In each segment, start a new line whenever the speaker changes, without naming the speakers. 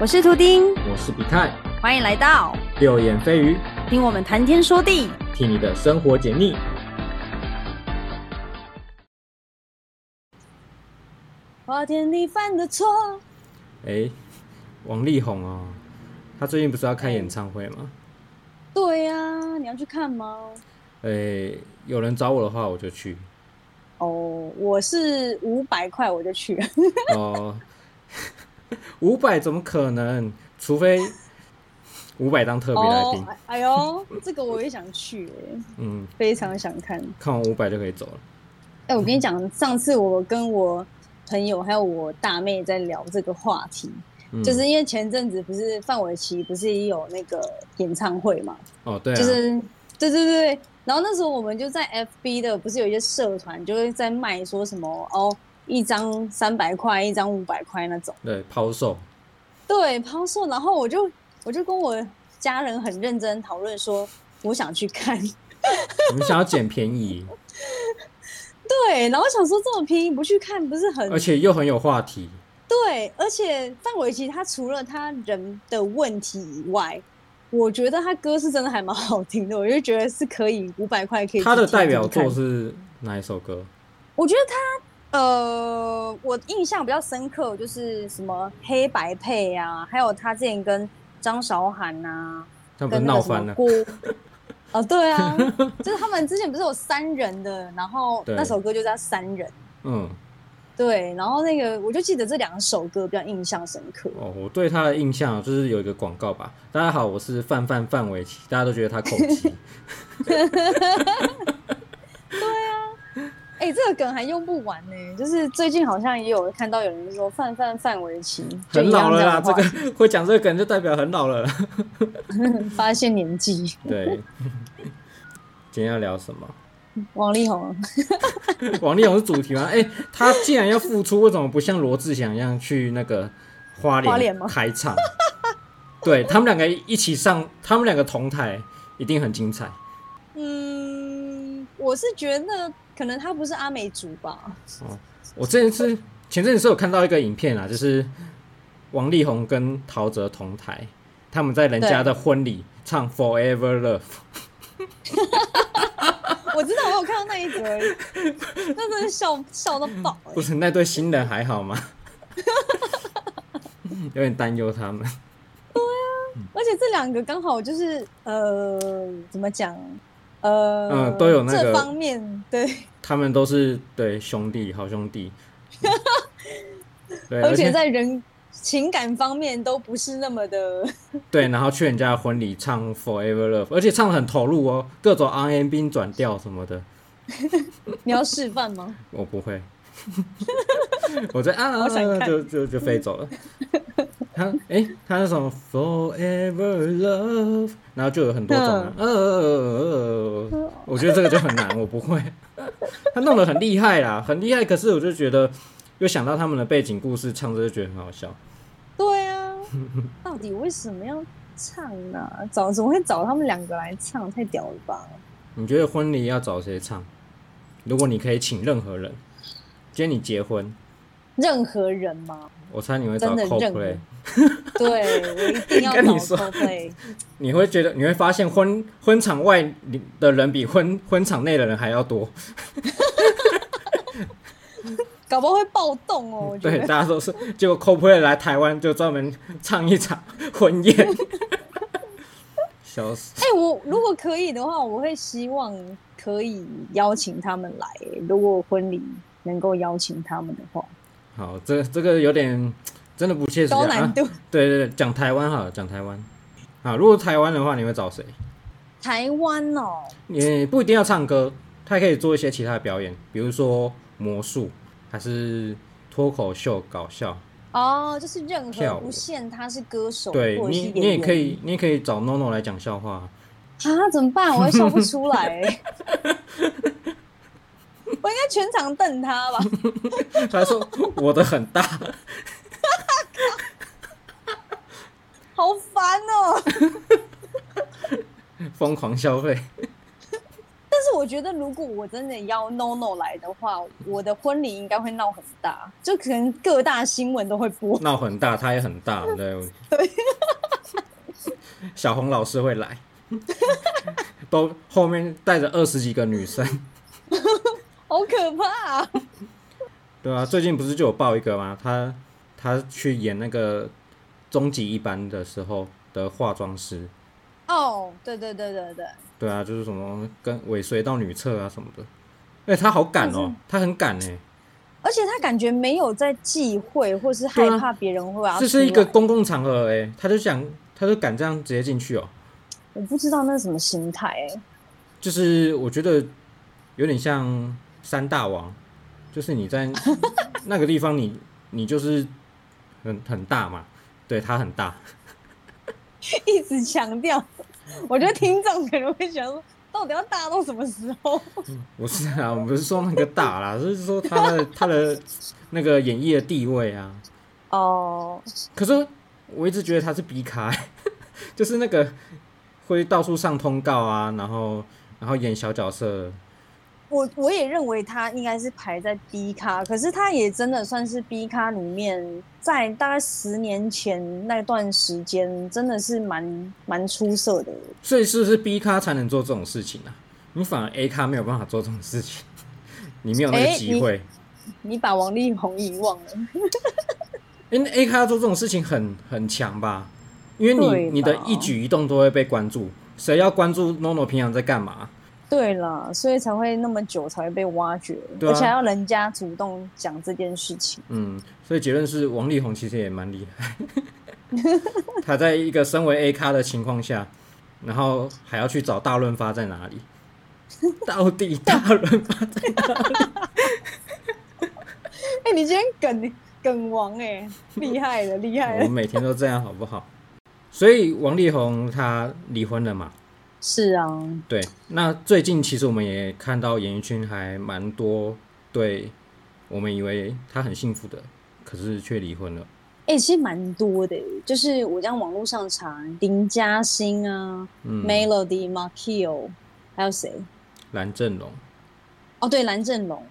我是图丁，
我是比泰，
欢迎来到
六眼飞鱼，
听我们谈天说地。
替你的生活解腻。
花田里犯的错，
哎，王力宏哦，他最近不是要开演唱会吗？
对呀、你要去看吗？
哎，有人找我的话我就去。
哦，我是五百块我就去。
哦，五百怎么可能？除非五百当特别来宾
哦。，哎哎呦，这个我也想去耶、
嗯，
非常想看。
看完五百就可以走了。
哎、我跟你讲，上次我跟我朋友还有我大妹在聊这个话题，
嗯、
就是因为前阵子不是范玮琪不是也有那个演唱会嘛，
哦，对啊，
就是对对对。对然后那时候我们就在 FB 的，不是有一些社团就会在卖说什么哦，一张三百块，一张五百块那种，
对抛售。
对抛售。然后我就我就跟我家人很认真讨论说，我想去看。
你们想要捡便宜，
对，然后我想说这么便宜不去看不是很
而且又很有 话题。
对，而且范玮琪他除了他人的问题以外，我觉得他歌是真的还蛮好听的，我就觉得是可以五百块可以去
他的
听听
代表
看
作是哪一首歌？
我觉得他呃，我印象比较深刻就是什么黑白配啊，还有他之前跟张韶涵啊，
他们不
跟
是
那
闹
个什
翻
么
了？
郭， 哦对啊，就是他们之前不是有三人的，然后
对
那首歌就叫三人。
嗯，
对，然后那个我就记得这两首歌比较印象深刻。
哦，我对他的印象就是有一个广告吧。大家好，我是范范范玮琪，大家都觉得他口疾。
哎、这个梗还用不完呢、就是最近好像也有看到有人说范范范玮琪 就
很
一样
老了
样
啦，
的
这
话
个会讲这个梗就代表很老了啦。
发现年纪，
对，今天要聊什么？
王力宏。
王力宏是主题吗？哎、他既然要复出，为什么不像罗志祥一样去那个花
花
莲
莲吗
开场？ 对他们两个一起上，他们两个同台一定很精彩
嗯，我是觉得可能他不是阿美族吧。
哦。我之前是前阵子是有看到一个影片啊，就是王力宏跟陶喆同台，他们在人家的婚礼唱《Forever Love》。
我知道我有看到那一则而已，那真的笑笑到爆、
不
欸。
是那对新人还好吗？ 有点担忧他们。
而且这两个刚好就是呃，怎么讲？呃，
嗯都有那个
这方面，对，
他们都是对兄弟，好兄弟。对，
而
而
且
且
在人情感方面都不是那么的，
对，然后去人家的婚礼唱《Forever Love》，而且唱的很投入哦，各种 R N B 转调什么的，
你要示范吗？
我不会。我在啊，
好想看
就就就飞走了。他诶，他那首《Forever Love》，然后就有很多种啊，呃呃呃呃，我觉得这个就很难，我不会。他弄得很厉害啦，很厉害。可是我就觉得，又想到他们的背景故事，唱着就觉得很好笑。
对 啊，到底为什么要唱呢、找怎么会找他们两个来唱？太屌了吧！
你觉得婚礼要找谁唱？如果你可以请任何人，今天你结婚，
任何人吗？
我猜你会找
真的任何
Coldplay，
对我一定要
跟
找
你说
Coldplay。
你会觉得你会发现婚婚场外的人比婚婚场内的人还要多，
搞不好会暴动 哦。我觉
对，
得
大家都是。结果 Coldplay 来台湾就专门唱一场 婚宴，笑死！
哎、我如果可以的话，我会希望可以邀请他们来。如果婚礼能够邀请他们的话，
好，这这个有点真的不切实际
高
啊
难。度。
对对对，讲台湾好了，讲台湾。啊，如果台湾的话，你会找谁？
台湾哦，
也不一定要唱歌，他可以做一些其他的表演，比如说魔术，还是脱口秀搞笑。
哦，就是任
跳
何
舞
不限他是歌手或
对
者是
你，
演
你也
员，
可以，你也可以找 NONO 来讲笑话。
啊，怎么办？我还笑不出来、 我应该全场瞪他吧？
他说我的很大，
好烦哦！
疯狂消费。
但是我觉得如果我真的邀 NONO 来的话，我的婚礼应该会闹很大，就可能各大新闻都会播。
闹很大，他也很大，对。
对，
小红老师会来，都后面带着二十几个女生，
好可怕、啊！
对啊，最近不是就有爆一个吗？他他去演那个终极一班的时候的化妆师，
哦，对对对对对，
对啊，就是什么跟尾随到女厕啊什么的。哎、他好敢哦、他很敢哎、
而且他感觉没有在忌讳，或是
对
害
啊
怕别人会要
这是一个
出来
公共场合哎、他就想，他就敢这样直接进去哦、
我不知道那是什么心态、 欸。
就是我觉得有点像三大王，就是你在那个地方你，你就是很很大嘛，对他很大，
一直强调，我觉得听众可能会想说，到底要大到什么时候？
不是啊，我不是说那个大啦，就是说他的他的那个演绎的地位啊。
哦，
可是我一直觉得他是比卡、欸 就是那个会到处上通告啊，然后然后演小角色，
我我也认为他应该是排在 B 咖，可是他也真的算是 B 咖里面，在大概十年前那段时间，真的是蛮蛮出色的。
所以是不是 B 咖才能做这种事情啊？你反而 A 咖没有办法做这种事情， 你没有那
哎
个机
你
会。
你把王力宏遗忘了，
因为 A 咖做这种事情很很强吧？因为
对
你
啦
你的一举一动都会被关注，谁要关注 NONO 平常在干嘛？
对啦，所以才会那么久才会被挖掘，
对啊
而且还要人家主动讲这件事情。
嗯，所以结论是王力宏其实也蛮厉害，他在一个身为 A 咖的情况下，然后还要去找大润发在哪里？ 到底大润发在
哎、你今天梗梗王哎、厉害了，厉害
哪里？我
了！
们每天都这样好不好？所以王力宏他离婚了嘛？
是啊，
对，那最近其实我们也看到演艺圈还蛮多对我们以为他很幸福的，可是却离婚了。
哎、其实蛮多的、欸就是我这样网络上查，林嘉欣啊、
嗯，
Melody、m a r k i o 还有谁？
蓝正龙，
哦，对，蓝正龙。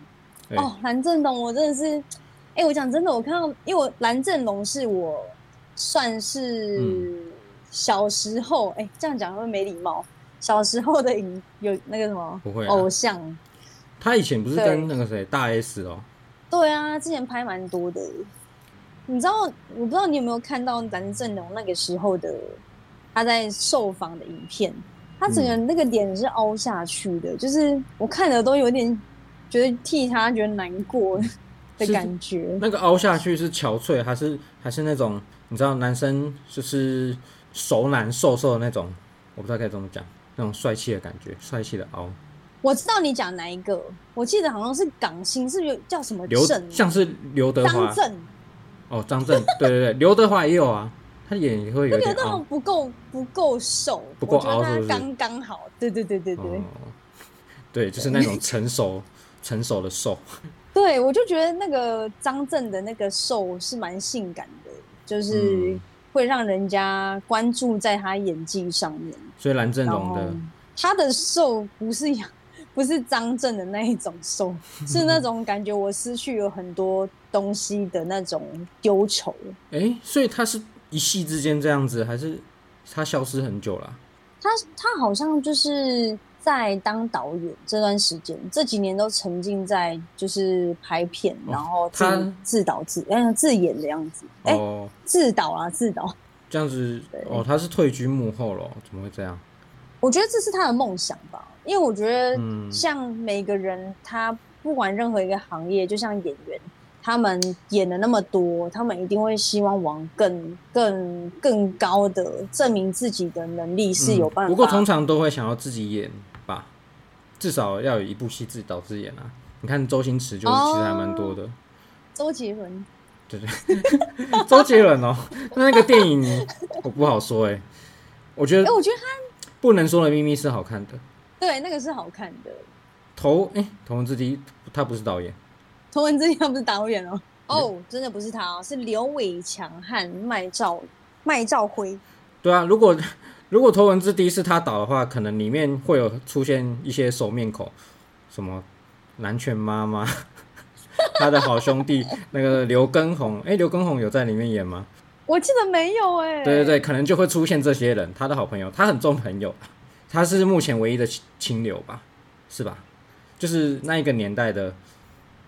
对
哦，蓝正龙，我真的是，哎、我讲真的，我看到，因为我蓝正龙是我算是
嗯
小时候，哎、这样讲会不会没礼貌。小时候的影有那个什么
不会啊
偶像，
他以前不是跟
对
那个谁大 S 哦，
对啊，之前拍蛮多的。你知道，我不知道你有没有看到蓝正龙那个时候的他在受访的影片，他整个
嗯
那个脸是凹下去的，就是我看了都有点觉得替他觉得难过的
是
感觉。
那个凹下去是憔悴，还是还是那种你知道男生就是熟男瘦瘦的那种，我不知道该怎么讲，那种帅气的感觉，帅气的凹，
我知道你讲哪一个，我记得好像是港星，是不是有叫什么
刘
正？
像是刘德华
张震，
哦，张震，对对对，刘德华也有啊，他脸也会
那
有
刘
点
德华
凹。
不够不够瘦，
不够
我觉
凹
得
是
他
不是
刚刚好。对对对对对。
哦，对，就是那种成熟成熟的瘦，
对，我就觉得那个张震的那个瘦是蛮性感的，就是
嗯
会让人家关注在他演技上面。
所以蓝正
然
龙
后
的
他的瘦不是杨不是张震的那一种瘦，是那种感觉我失去了很多东西的那种忧愁。
哎、所以他是一夕之间这样子，还是他消失很久了？
他他好像就是在当导演这段时间，这几年都沉浸在就是拍片，
哦
然后自、
他
自导自嗯自演的样子。哎、
哦，
自导啊，自导。
这样子
对
哦，他是退居幕后了哦，怎么会这样？
我觉得这是他的梦想吧，因为我觉得
嗯
像每个人，他不管任何一个行业，就像演员，他们演了那么多，他们一定会希望往更更更高的证明自己的能力是有
嗯
办法。
不过通常都会想要自己演吧，至少要有一部戏自导自演啊。你看周星驰就是其实还蛮多
哦
的，
周杰伦
对对。 周杰伦哦，那个电影我不好说哎、我觉
哎、
得《
我觉得他
不能说的秘密》是好看的。
对那个是好看的。
头哎、头文字 D 他不是导演，
头文字 D 他不是导演哦，哦，真的不是他哦，是刘伟强和麦兆麦兆辉。
对啊，如果 如果头文字 D 是他导的话，可能里面会有出现一些熟面孔，什么南拳妈妈， 他的好兄弟那个刘畊宏，哎、刘畊宏有在里面演吗？
我记得没有哎、
对对对，可能就会出现这些人，他的好朋友，他很重朋友，他是目前唯一的清清流吧，是吧？就是那一个年代的，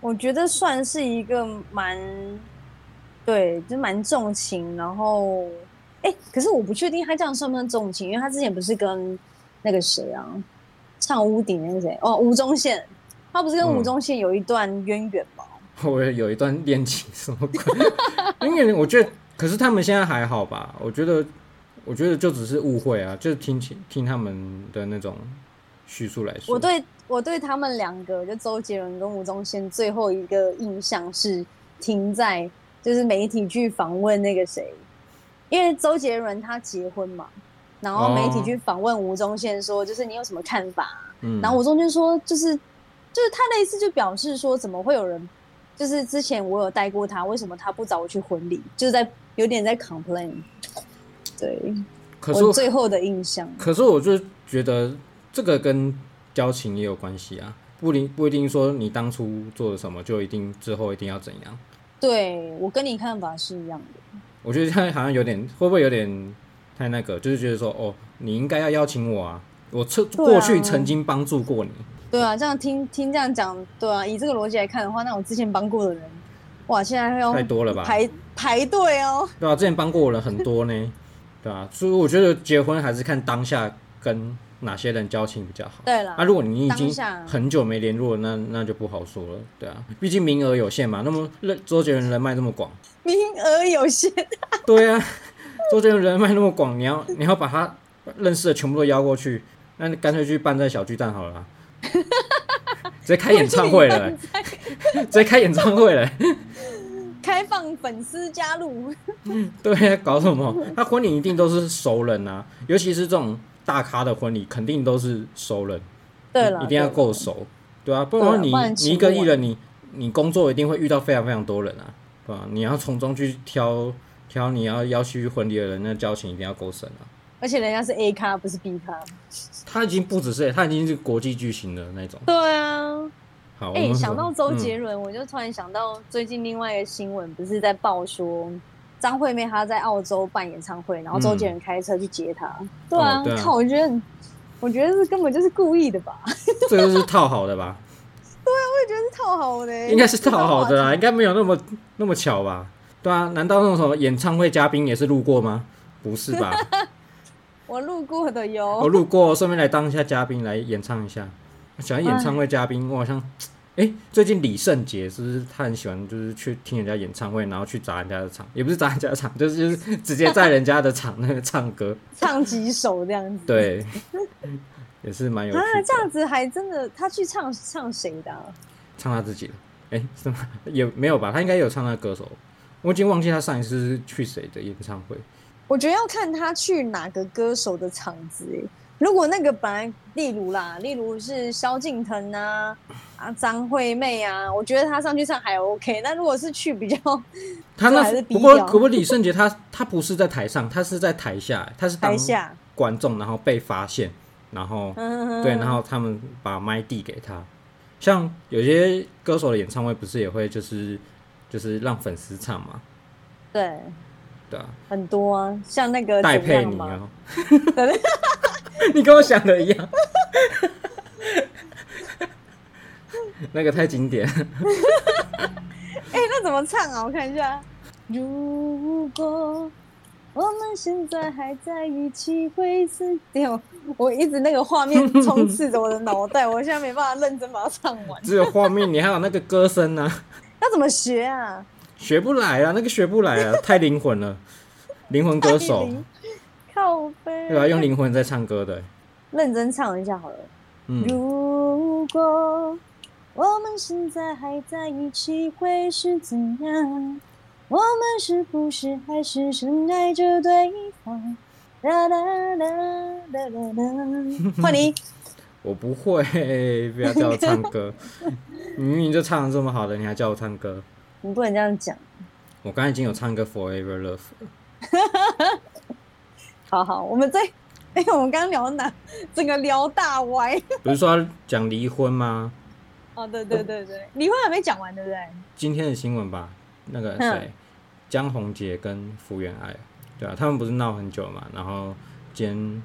我觉得算是一个蛮，对，就蛮重情。然后，哎，可是我不确定他这样算不算重情，因为他之前不是跟那个谁啊，唱屋顶那个谁哦，吴宗宪，他不是跟
嗯
吴宗宪有一段渊源吗？
我有一段恋情什么鬼？ 因为我觉得，可是他们现在还好吧？我觉得，我觉得就只是误会啊，就是听起听他们的那种叙述来说，
我对我对他们两个，就周杰伦跟吴宗宪最后一个印象是停在就是媒体去访问那个谁，因为周杰伦他结婚嘛，然后媒体
哦
去访问吴宗宪说，就是你有什么看法啊？
嗯，
然后吴宗宪说，就是就是他那一次就表示说，怎么会有人？就是之前我有带过他，为什么他不找我去婚礼？就是在有点在 complain，对
可是
我最后的印象。
可是我就觉得这个跟交情也有关系啊，不一不一定说你当初做了什么，就一定之后一定要怎样。
对我跟你看法是一样的。
我觉得他好像有点，会不会有点太那个？就是觉得说，哦，你应该要邀请我啊，我曾
啊
过去曾经帮助过你，
对啊，这样听听这样讲，对啊，以这个逻辑来看的话，那我之前帮过的人，哇，现在要
太多了吧？
排排队哦。
对啊，之前帮过我的很多呢， 对啊，所以我觉得结婚还是看当下跟哪些人交情比较好。
对啦
啊，如果你已经
当下
很久没联络了，那那就不好说了，对啊，毕竟名额有限嘛，那么人周杰伦人脉那么广，
名额有限，
对啊，周杰伦人脉那么广，你要你要把他认识的全部都邀过去，那你干脆去办在小巨蛋好了啊、直接开演唱会了、 直接开演唱会了、
开放粉丝加入，
对啊，搞什么？他婚礼一定都是熟人啊，尤其是这种大咖的婚礼，肯定都是熟人，
对了，
一定要
对啦
够熟，对啊，不
对啊
然你
不然
你
请
一个
不
艺
完
人，你你工作一定会遇到非常非常多人啊，对吧、你要从中去挑挑你要要去婚礼的人，那交情一定要够深啊。
而且人家是 A 咖，不是 B 咖。
他已经不只是，他已经是国际巨星的那种。
对啊，
好，我
哎、
们
想到周杰
哦嗯
伦，我就突然想到最近另外一个新闻，不是在报说张惠妹她在澳洲办演唱会，然后周杰伦开车去接她。对啊，
嗯哦对啊
靠，我觉得很，我觉得这根本就是故意的吧。
这个是套好的吧？
我也觉得是套好的欸、
应该是套好的
啊
啦，。应该没有那么那么巧吧？对啊，难道那种什么演唱会嘉宾也是路过吗？不是吧？
我路过的
我
哟，
路过，顺便来当一下嘉宾，来演唱一下。想要演唱会嘉宾，我好像，哎、最近李圣杰是不是他很喜欢，就是去听人家演唱会，然后去砸人家的场，也不是砸人家的场， 就是就是直接在人家的场那个唱歌，
唱几首这样子。
对， 也是蛮有趣
啊
的。，
这样子还真的，他去唱唱谁的、啊？
唱他自己的。哎、是吗？也没有吧？他应该有唱那歌手，我已经忘记他上一次是去谁的演唱会。
我觉得要看他去哪个歌手的场子、欸。如果那个本来，例如啦，例如是萧敬腾啊、啊张惠妹啊，我觉得他上去唱还 OK。那如果是去比较，
他
这还
那
是
不
低
过
调
不过李圣杰他他不是在台上，他是在台下，他是当
台下
观众，然后被发现，然后、
嗯，
对，然后他们把麦递给他。像有些歌手的演唱会不是也会就是就是让粉丝唱嘛，
对，
对啊，
很多啊，像那个
戴
怎么
佩
样
妮
嘛
哦， 你跟我想的一样， 那个太经典。
哎、那怎么唱啊？我看一下。如果我们现在还在一起，会是……没有， 我一直那个画面充斥着我的脑袋，我现在没办法认真把它唱完。
只有画面，你还有那个歌声呢、啊，
那怎么学啊？
学不来啊，那个学不来啊，太灵魂了，灵魂歌手，
靠背。
对吧、啊用灵魂在唱歌的、
认真唱一下好了。
嗯，
如果我们现在还在一起，会是怎样？我们是不是还是深爱着对方？啦啦啦啦啦啦！ 换你，
我不会，不要叫我唱歌， 你明明就唱的这么好的，你还叫我唱歌？
你不能这样讲。
我刚才已经有唱一个 Forever Love，了
好好，我们再 哎、我们刚刚聊哪？整个聊大 歪。
不是说要讲离婚吗？
哦，对对对对，离婚还没讲完，对不对？
今天的新闻吧，那个
嗯
谁，江宏杰跟福原爱，对啊，他们不是闹很久嘛，然后今天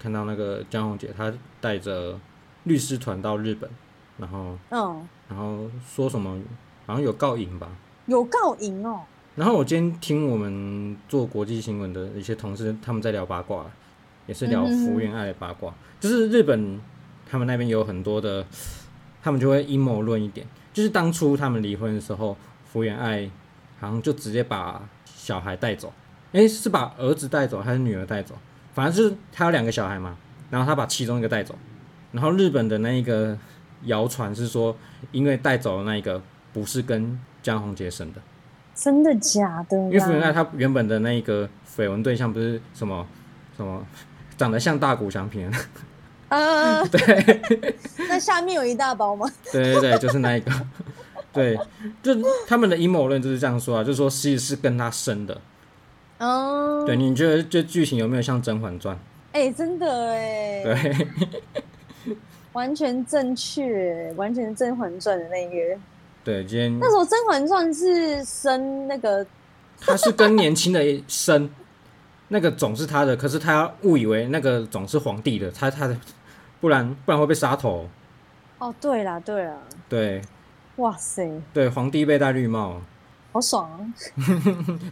看到那个江宏杰，他带着律师团到日本，然后
嗯，
然后说什么好像有告赢吧，
有告赢哦。
然后我今天听我们做国际新闻的一些同事，他们在聊八卦，也是聊
嗯哼哼
福原爱的八卦，就是日本他们那边有很多的，他们就会阴谋论一点，就是当初他们离婚的时候，福原爱好像就直接把小孩带走，诶，是把儿子带走还是女儿带走？反正就是他有两个小孩嘛，然后他把其中一个带走，然后日本的那一个谣传是说，因为带走的那一个不是跟江宏杰生的。
真的假的啦？
因为福原爱她原本的那一个绯闻对象不是什么什么长得像大谷翔平，啊
呃，
对
那下面有一大包吗？
对对对，就是那一个，对，就他们的阴谋论就是这样说啊，就是说其实是跟他生的。
哦，
对，，你觉得这剧情有没有像《甄嬛传
哎、真的哎》？，
对，
完全正确，完全《甄嬛传》的那
嗯
个。
对，今天
那时候《甄嬛传》是生那个，
他是跟年轻的生，那个种是他的，可是他误以为那个种是皇帝的，他他的，不然不然会被杀头。
哦，对啦，对啦，
对
哇塞，
对，皇帝被戴绿帽。
好爽、啊！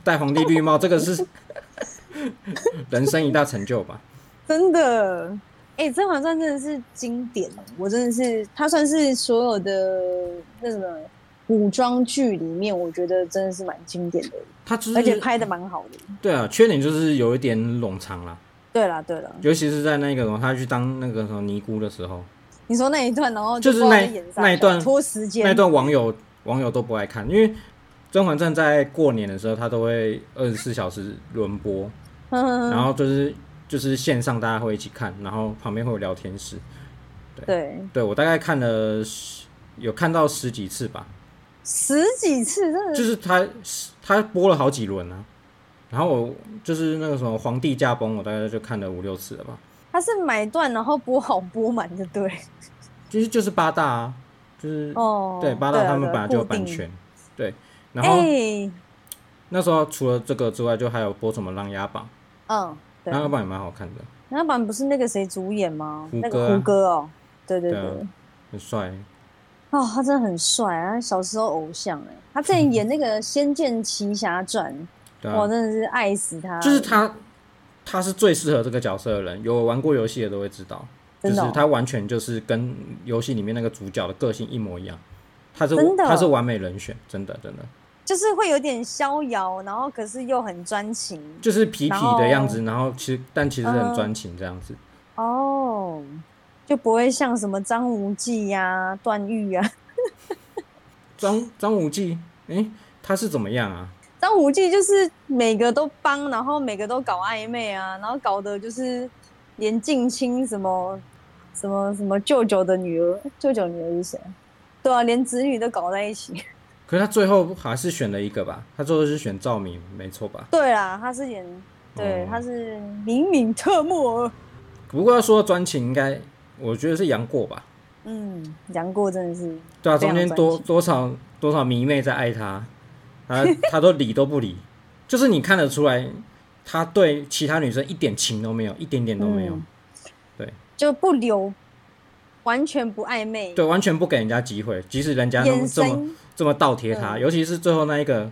戴皇帝绿帽，这 个是人生一大成就吧？
真的，哎、甄嬛传》真的是经典，我真的是，它算是所有的那什么古装剧里面，我觉得真的是蛮经典的，
他就是
而且拍的蛮好的。
对啊，缺点就是有一点冗长啦，
对啦，对啦，
尤其是在那个什么，他去当那个什么尼姑的时候，
你说那一段，然后
就是
不知道在
那
演啥
那一段
拖时间，
那一段网友网友都不爱看，因为《甄嬛传》在过年的时候，他都会二十四小时轮播，
嗯，
然后就是就是线上大家会一起看，然后旁边会有聊天室。
对
对我大概看了十有看到十几次吧，
十几次，真的
就是他他播了好几轮啊，然后我就是那个什么皇帝驾崩，我大概就看了五六次了吧。
他是买断然后播好播满的，对
其实就是八大啊，就是、
哦，
对八大
啊
他们
对啊
本来就有
固定
版权，对。然后、
哎，
那时候除了这个之外，就还有播什么《琅琊榜
嗯，》，
《
对，
琅琊榜》也蛮好看的，
那版不是那个谁主演吗？
胡
那
歌
个
啊
胡歌哦，对对
对啊
对。
很帅。
哦，他真的很帅啊！他小时候偶像哎、他之前演那个《仙剑奇侠传》
对
我
啊，
真的是爱死他。
就是，他，他是最适合这个角色的人，有玩过游戏的都会知道，就
真
是
的哦
他完全就是跟游戏里面那个主角的个性一模一样，他是
真的哦
他是完美人选，真的真的。
就是会有点逍遥，然后可是又很专情。
就是痞
然
痞的样
后
子，然后其实但其实很
嗯
专情这样子。
哦，就不会像什么张无忌呀、段誉啊。
张张无忌，诶，他是怎么样啊？
张无忌就是每个都帮，然后每个都搞暧昧啊，然后搞得就是连近亲什么什么什么舅舅的女儿，舅舅女儿是谁啊？对啊，连子女都搞在一起。
可是他最后还是选了一个吧，他最后是选赵敏，没错吧？
对啦，他是演，对，
哦
他是敏敏特木尔。
不过要说专情，应该我觉得是杨过吧？
嗯，杨过真的是，
对啊，
非
中
常
间
专
多
情
多少多少迷妹在爱他，他他都理都不理， 就是你看得出来，他对其他女生一点情都没有，一点点都没有，
嗯就不留，完全不暧昧，
对，完全不给人家机会，即使人家那么
眼
这么
神
这么倒贴他，
嗯
尤其是最后那一个，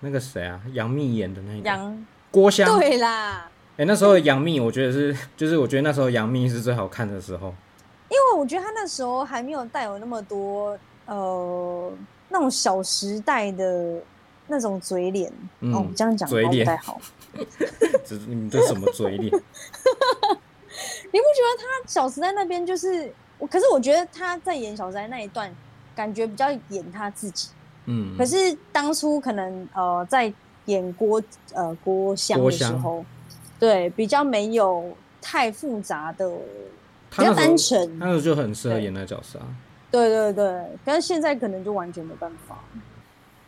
那个谁啊，杨幂演的那一个
杨，
郭襄，哎、
对啦，
那时候杨幂，我觉得是， 就是我觉得那时候杨幂是最好看的时候，
因为我觉得他那时候还没有带有那么多呃那种小时代的那种嘴脸。
嗯
哦，这样讲好
嘴
像不
脸
太好。
这你这什么 嘴脸？
你不觉得他小时代那边就是我？可是我觉得他在演小时代那一段，感觉比较演他自己。
嗯，
可是当初可能呃在演郭呃郭襄
郭
的时
襄
候，对比较没有太复杂的，
她
比较
那时
单
候
纯
她。那时候就很适合
对
演那角色啊，
对对对，但是现在可能就完全没办法。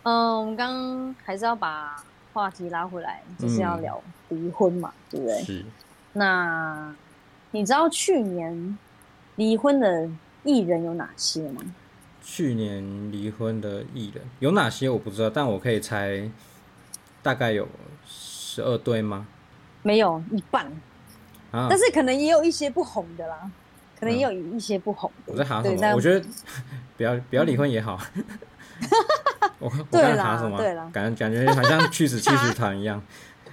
嗯，我们刚刚还是要把话题拉回来，就是要
嗯
聊离婚嘛，对不对？
是，
那你知道去年离婚的艺人有哪些吗？
去年离婚的艺人有哪些我不知道，但我可以猜，大概有十二对吗？
没有一半，
啊，
但是可能也有一些不红的啦，可能也有
嗯
一些不红的。
我在喊什
对
么？
在
我觉 得不要不要离婚也好。我我
对
刚才
啦
喊什么
对啦？
感感觉好像去死去死 团一样。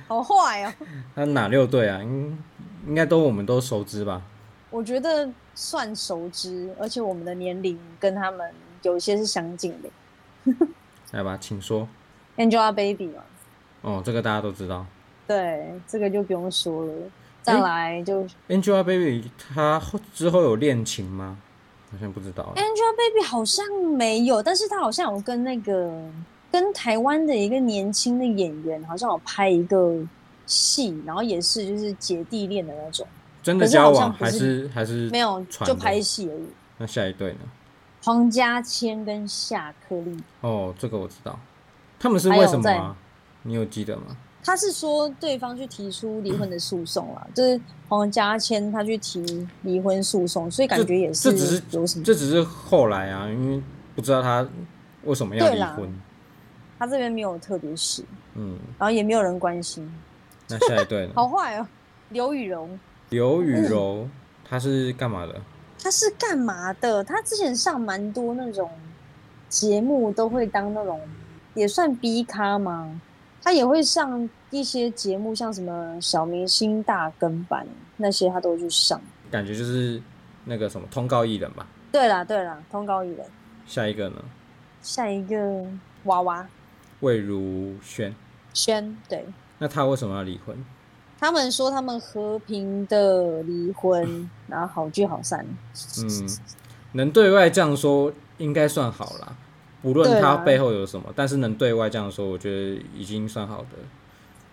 好坏哦，
那哪六对啊？应应该都我们都熟知吧？
我觉得算熟知，而且我们的年龄跟他们有一些是相近的。
来吧，请说。
Angelababy 嘛，
哦，这个大家都知道。
对，这个就不用说了。再
诶
来就
Angelababy 她后之后有恋情吗？好像不知道欸。
Angelababy 好像没有，但是她好像有跟那个跟台湾的一个年轻的演员，好像有拍一个戏，然后也是就是姐弟恋的那种，
真的
可是
交
好像
往
不
还
是
是还是
没有
传
就
的
拍戏而已。
那下一对呢？
黄家千跟夏克立，
哦，这个我知道。他们是
还
为
有
什么
在
啊？你有记得吗？
他是说对方去提出离婚的诉讼啦，就是黄家千他去提离婚诉讼，所以感觉也
这这只是
有什么，
这只是后来啊，因为不知道他为什么要
对
离
啦
婚。
他这边没有特别写，
嗯，
然后也没有人关心，
那下一对呢？
好嗯坏哦。刘雨柔，
刘雨柔她是干嘛的？
他是干嘛的？他之前上蛮多那种节目，都会当那种也算 B 咖吗？他也会上一些节目，像什么小明星大跟班那些，他都会去上。
感觉就是那个什么通告艺人吧。
对啦对啦，通告艺人。
下一个呢？
下一个娃娃
魏如萱，
轩，对
那她为什么要离婚？
他们说他们和平的离婚，然后好聚好散。
嗯，能对外这样说应该算好啦，不论
对啊
他
啦
背后有什么，但是能对外这样说，我觉得已经算好的。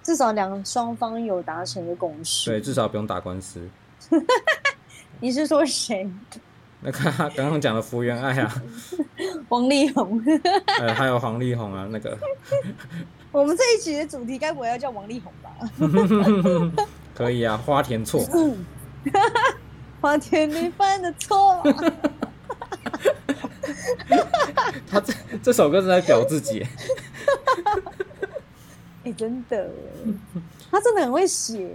至少两双方有达成一个共识。
对，至少不用打官司。
你是说谁？
那个他 刚刚讲的福原爱啊，
王力宏。
呃，还有黄丽宏啊，那个
我们这一集的主题该不会要叫王力宏 吧？
可以啊，花田错。
花田你犯的错、
他这这首歌是在表自己，
哎、真的耶，他真的很会写，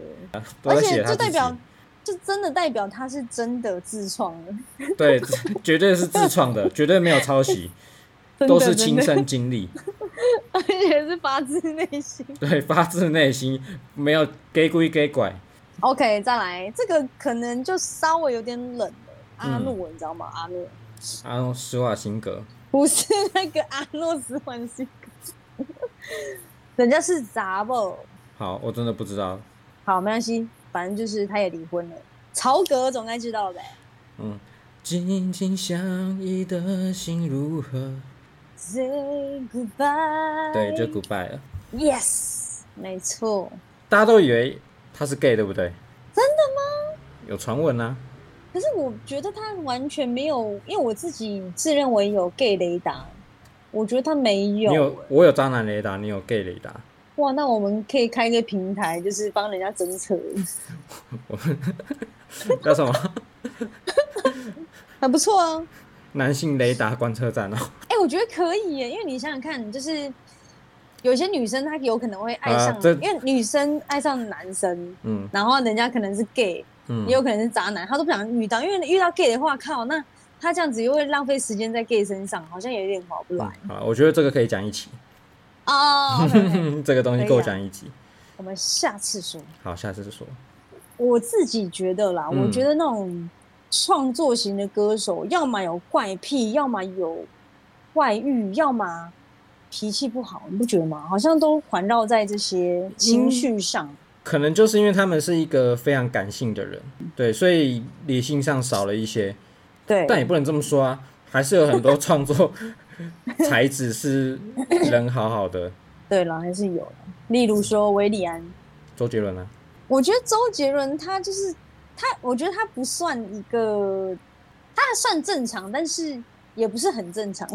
都
而
在
且
写
就
他自
代
己。
表，就真的代表他是真的自创的，
对， 绝对是自创的，绝对没有抄袭，
真的
都是
真
亲
的，
身经历，
而且是发自内心。
对，发自内心，没有给归给拐。
OK，再来，这个可能就稍微有点冷了。阿诺，
嗯
你知道吗？阿诺
然后施瓦辛格，
不是那个阿诺斯万辛格， 人家是杂报。
好，我真的不知道，
好，没关系，反正就是他也离婚了。曹格总该知道呗。
嗯，紧紧相依的心如何？
Say goodbye。
对，就 goodbye 了。
Yes，没错。
大家都以为他是 gay，对不对？
真
的吗？有传闻啊，
可是我觉得他完全没有，因为我自己自认为有 gay 雷达，我觉得他没有。
你有我有渣男雷达，你有 gay 雷 达，
哇，那我们可以开一个平台，就是帮人家侦测，
我叫什么？
很不错啊。
男性雷达观测站哦。
哎、我觉得可以耶，因为你想想看，就是有些女生她有可能会爱
啊
上，
这
因为女生爱上男生，
嗯
然后人家可能是 gay，
嗯
也，有可能是渣男，他都不想遇到，因为遇到 gay 的话，靠，那他这样子又会浪费时间在 gay 身上，好像有点划不来
好，我觉得这个可以讲一期，嗯
哦。OK，OK，
这个东西
可以
够
啊
讲一集。
我们下次说。
好，下次再说。
我自己觉得啦，
嗯
我觉得那种创作型的歌手，要么有怪癖，要么有外遇，要么脾气不好，你不觉得吗？好像都环绕在这些情绪上。
可能就是因为他们是一个非常感性的人，对，所以理性上少了一些，
对，
但也不能这么说啊，还是有很多创作才子是人好好的，
对了，还是有啦例如说维里安，
周杰 伦啊，
我觉得周杰伦他就是他，我觉得他不算一个，他算正常，但是也不是很正常。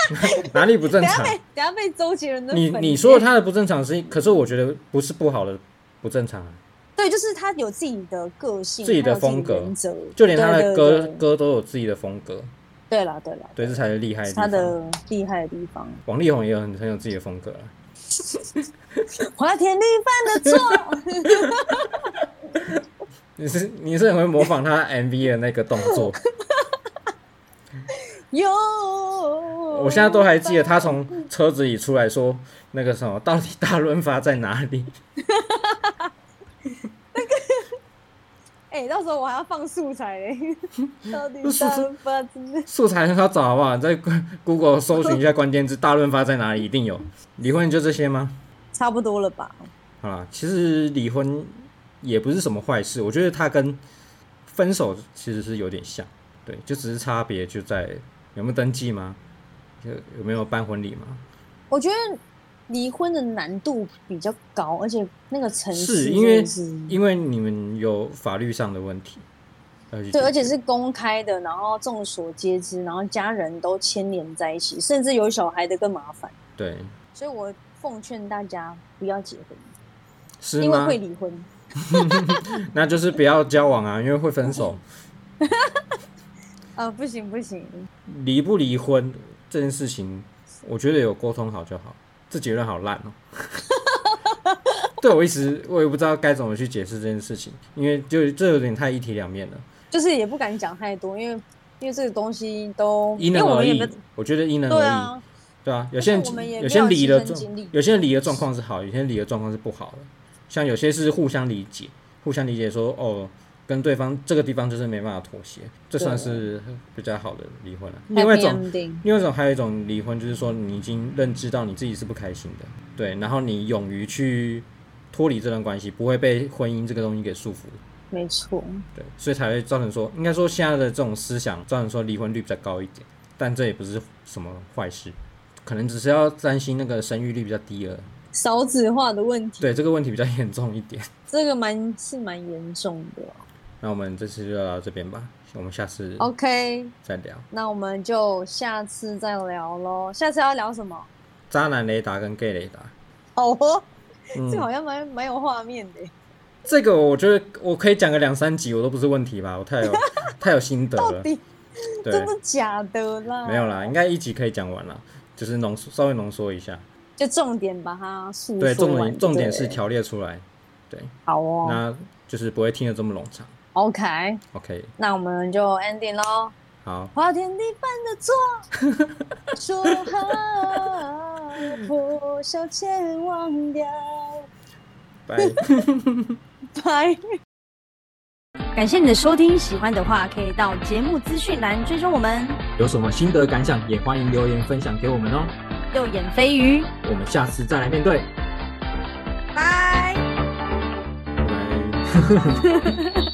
哪里不正
等下
常
被？等下被周杰伦的
你
粉
你说
给
他的不正常是，可是我觉得不是不好的不正常啊，
对，就是他有自己的个性，
自己的
他有
风格
原则
就连他的
对对
歌
对
歌都有自己的风格，
对啦对啦，
对，这才是厉害
是
地
他
方。
的厉害的地方。
王力宏也有很很有自己的风格啊，
华田丽犯的错，
你是你是很会模仿他 MV 的那个动作，
有。
我现在都还记得他从车子里出来说那个什么，到底大润发在哪里？
哎、到时候我还要放素材、 欸，到底
素材
三八字
素材很好找好不好？你在 Google 搜寻一下关键字“大润发”在哪里，一定有。离婚就这些吗？
差不多了吧？
好啦，其实离婚也不是什么坏事，我觉得它跟分手其实是有点像，对，就只是差别就在有没有登记吗？有有没有办婚礼吗？
我觉得离婚的难度比较高，而且那个层次
是因为
真的是
因为你们有法律上的问题，要去
对，
解
而且
决
是公开的，然后众所皆知，然后家人都牵连在一起，甚至有小孩的更麻烦。
对
所以我奉劝大家不要结婚，
是
因为
吗
会？离婚。
那就是不要交往啊，因为会分手。
呃，不行不行，
离不离婚这件事情，我觉得有沟通好就好。这结论好烂哦、 对我一直我也不知道该怎么去解释这件事情，因为就这有点太一体两面了，
就是也不敢讲太多，因为因为这个东西都
因
因为
人
我
而
们也
异
没有。
我觉得因人而
对
异，
啊，
对啊，有些人
而且我们也
有些人离的
没有亲身经历
状，有些人离的状况是好，有些人离的状况是不好的。像有些是互相理解，互相理解说哦，跟对方这个地方就是没办法妥协，这算
啊
是比较好的离婚了、另外一
Happy
种
ending
另外一种还有一种离婚，就是说你已经认知到你自己是不开心的，对，然后你勇于去脱离这段关系，不会被婚姻这个东西给束缚，
没错，
对，所以才会造成说，应该说现在的这种思想造成说离婚率比较高一点，但这也不是什么坏事，可能只是要担心那个生育率比较低了，
少子化的问题，
对，这个问题比较严重一点。
这个蛮是蛮严重的。
那我们这次就到这边吧，我们下次
OK，
再聊
那我们就下次再聊喽。下次要聊什么？
渣男雷达跟 gay 雷达。
好哦，这个
嗯，
好像蛮蛮有画面的。
这个我觉得我可以讲个两三集，我都不是问题吧？我 太有太有心得
到
了。
底
对
真，的假的啦？
没有啦，应该一集可以讲完啦，就是浓缩稍微浓缩一下。
就重点把它诉说
对，重
完
点重点
对
是条列出来，对，
好哦。
那就是不会听得这么冗长。
OK，
OK，
那我们就 ending 喽。
好，
花田地犯的错， 说好不消前忘掉。
拜。
拜。感谢你的收听，喜欢的话可以到节目资讯栏追踪我们
有什么心得感想，也欢迎留言分享给我们哦。
右眼飞鱼，
我们下次再来面对。
拜。
拜。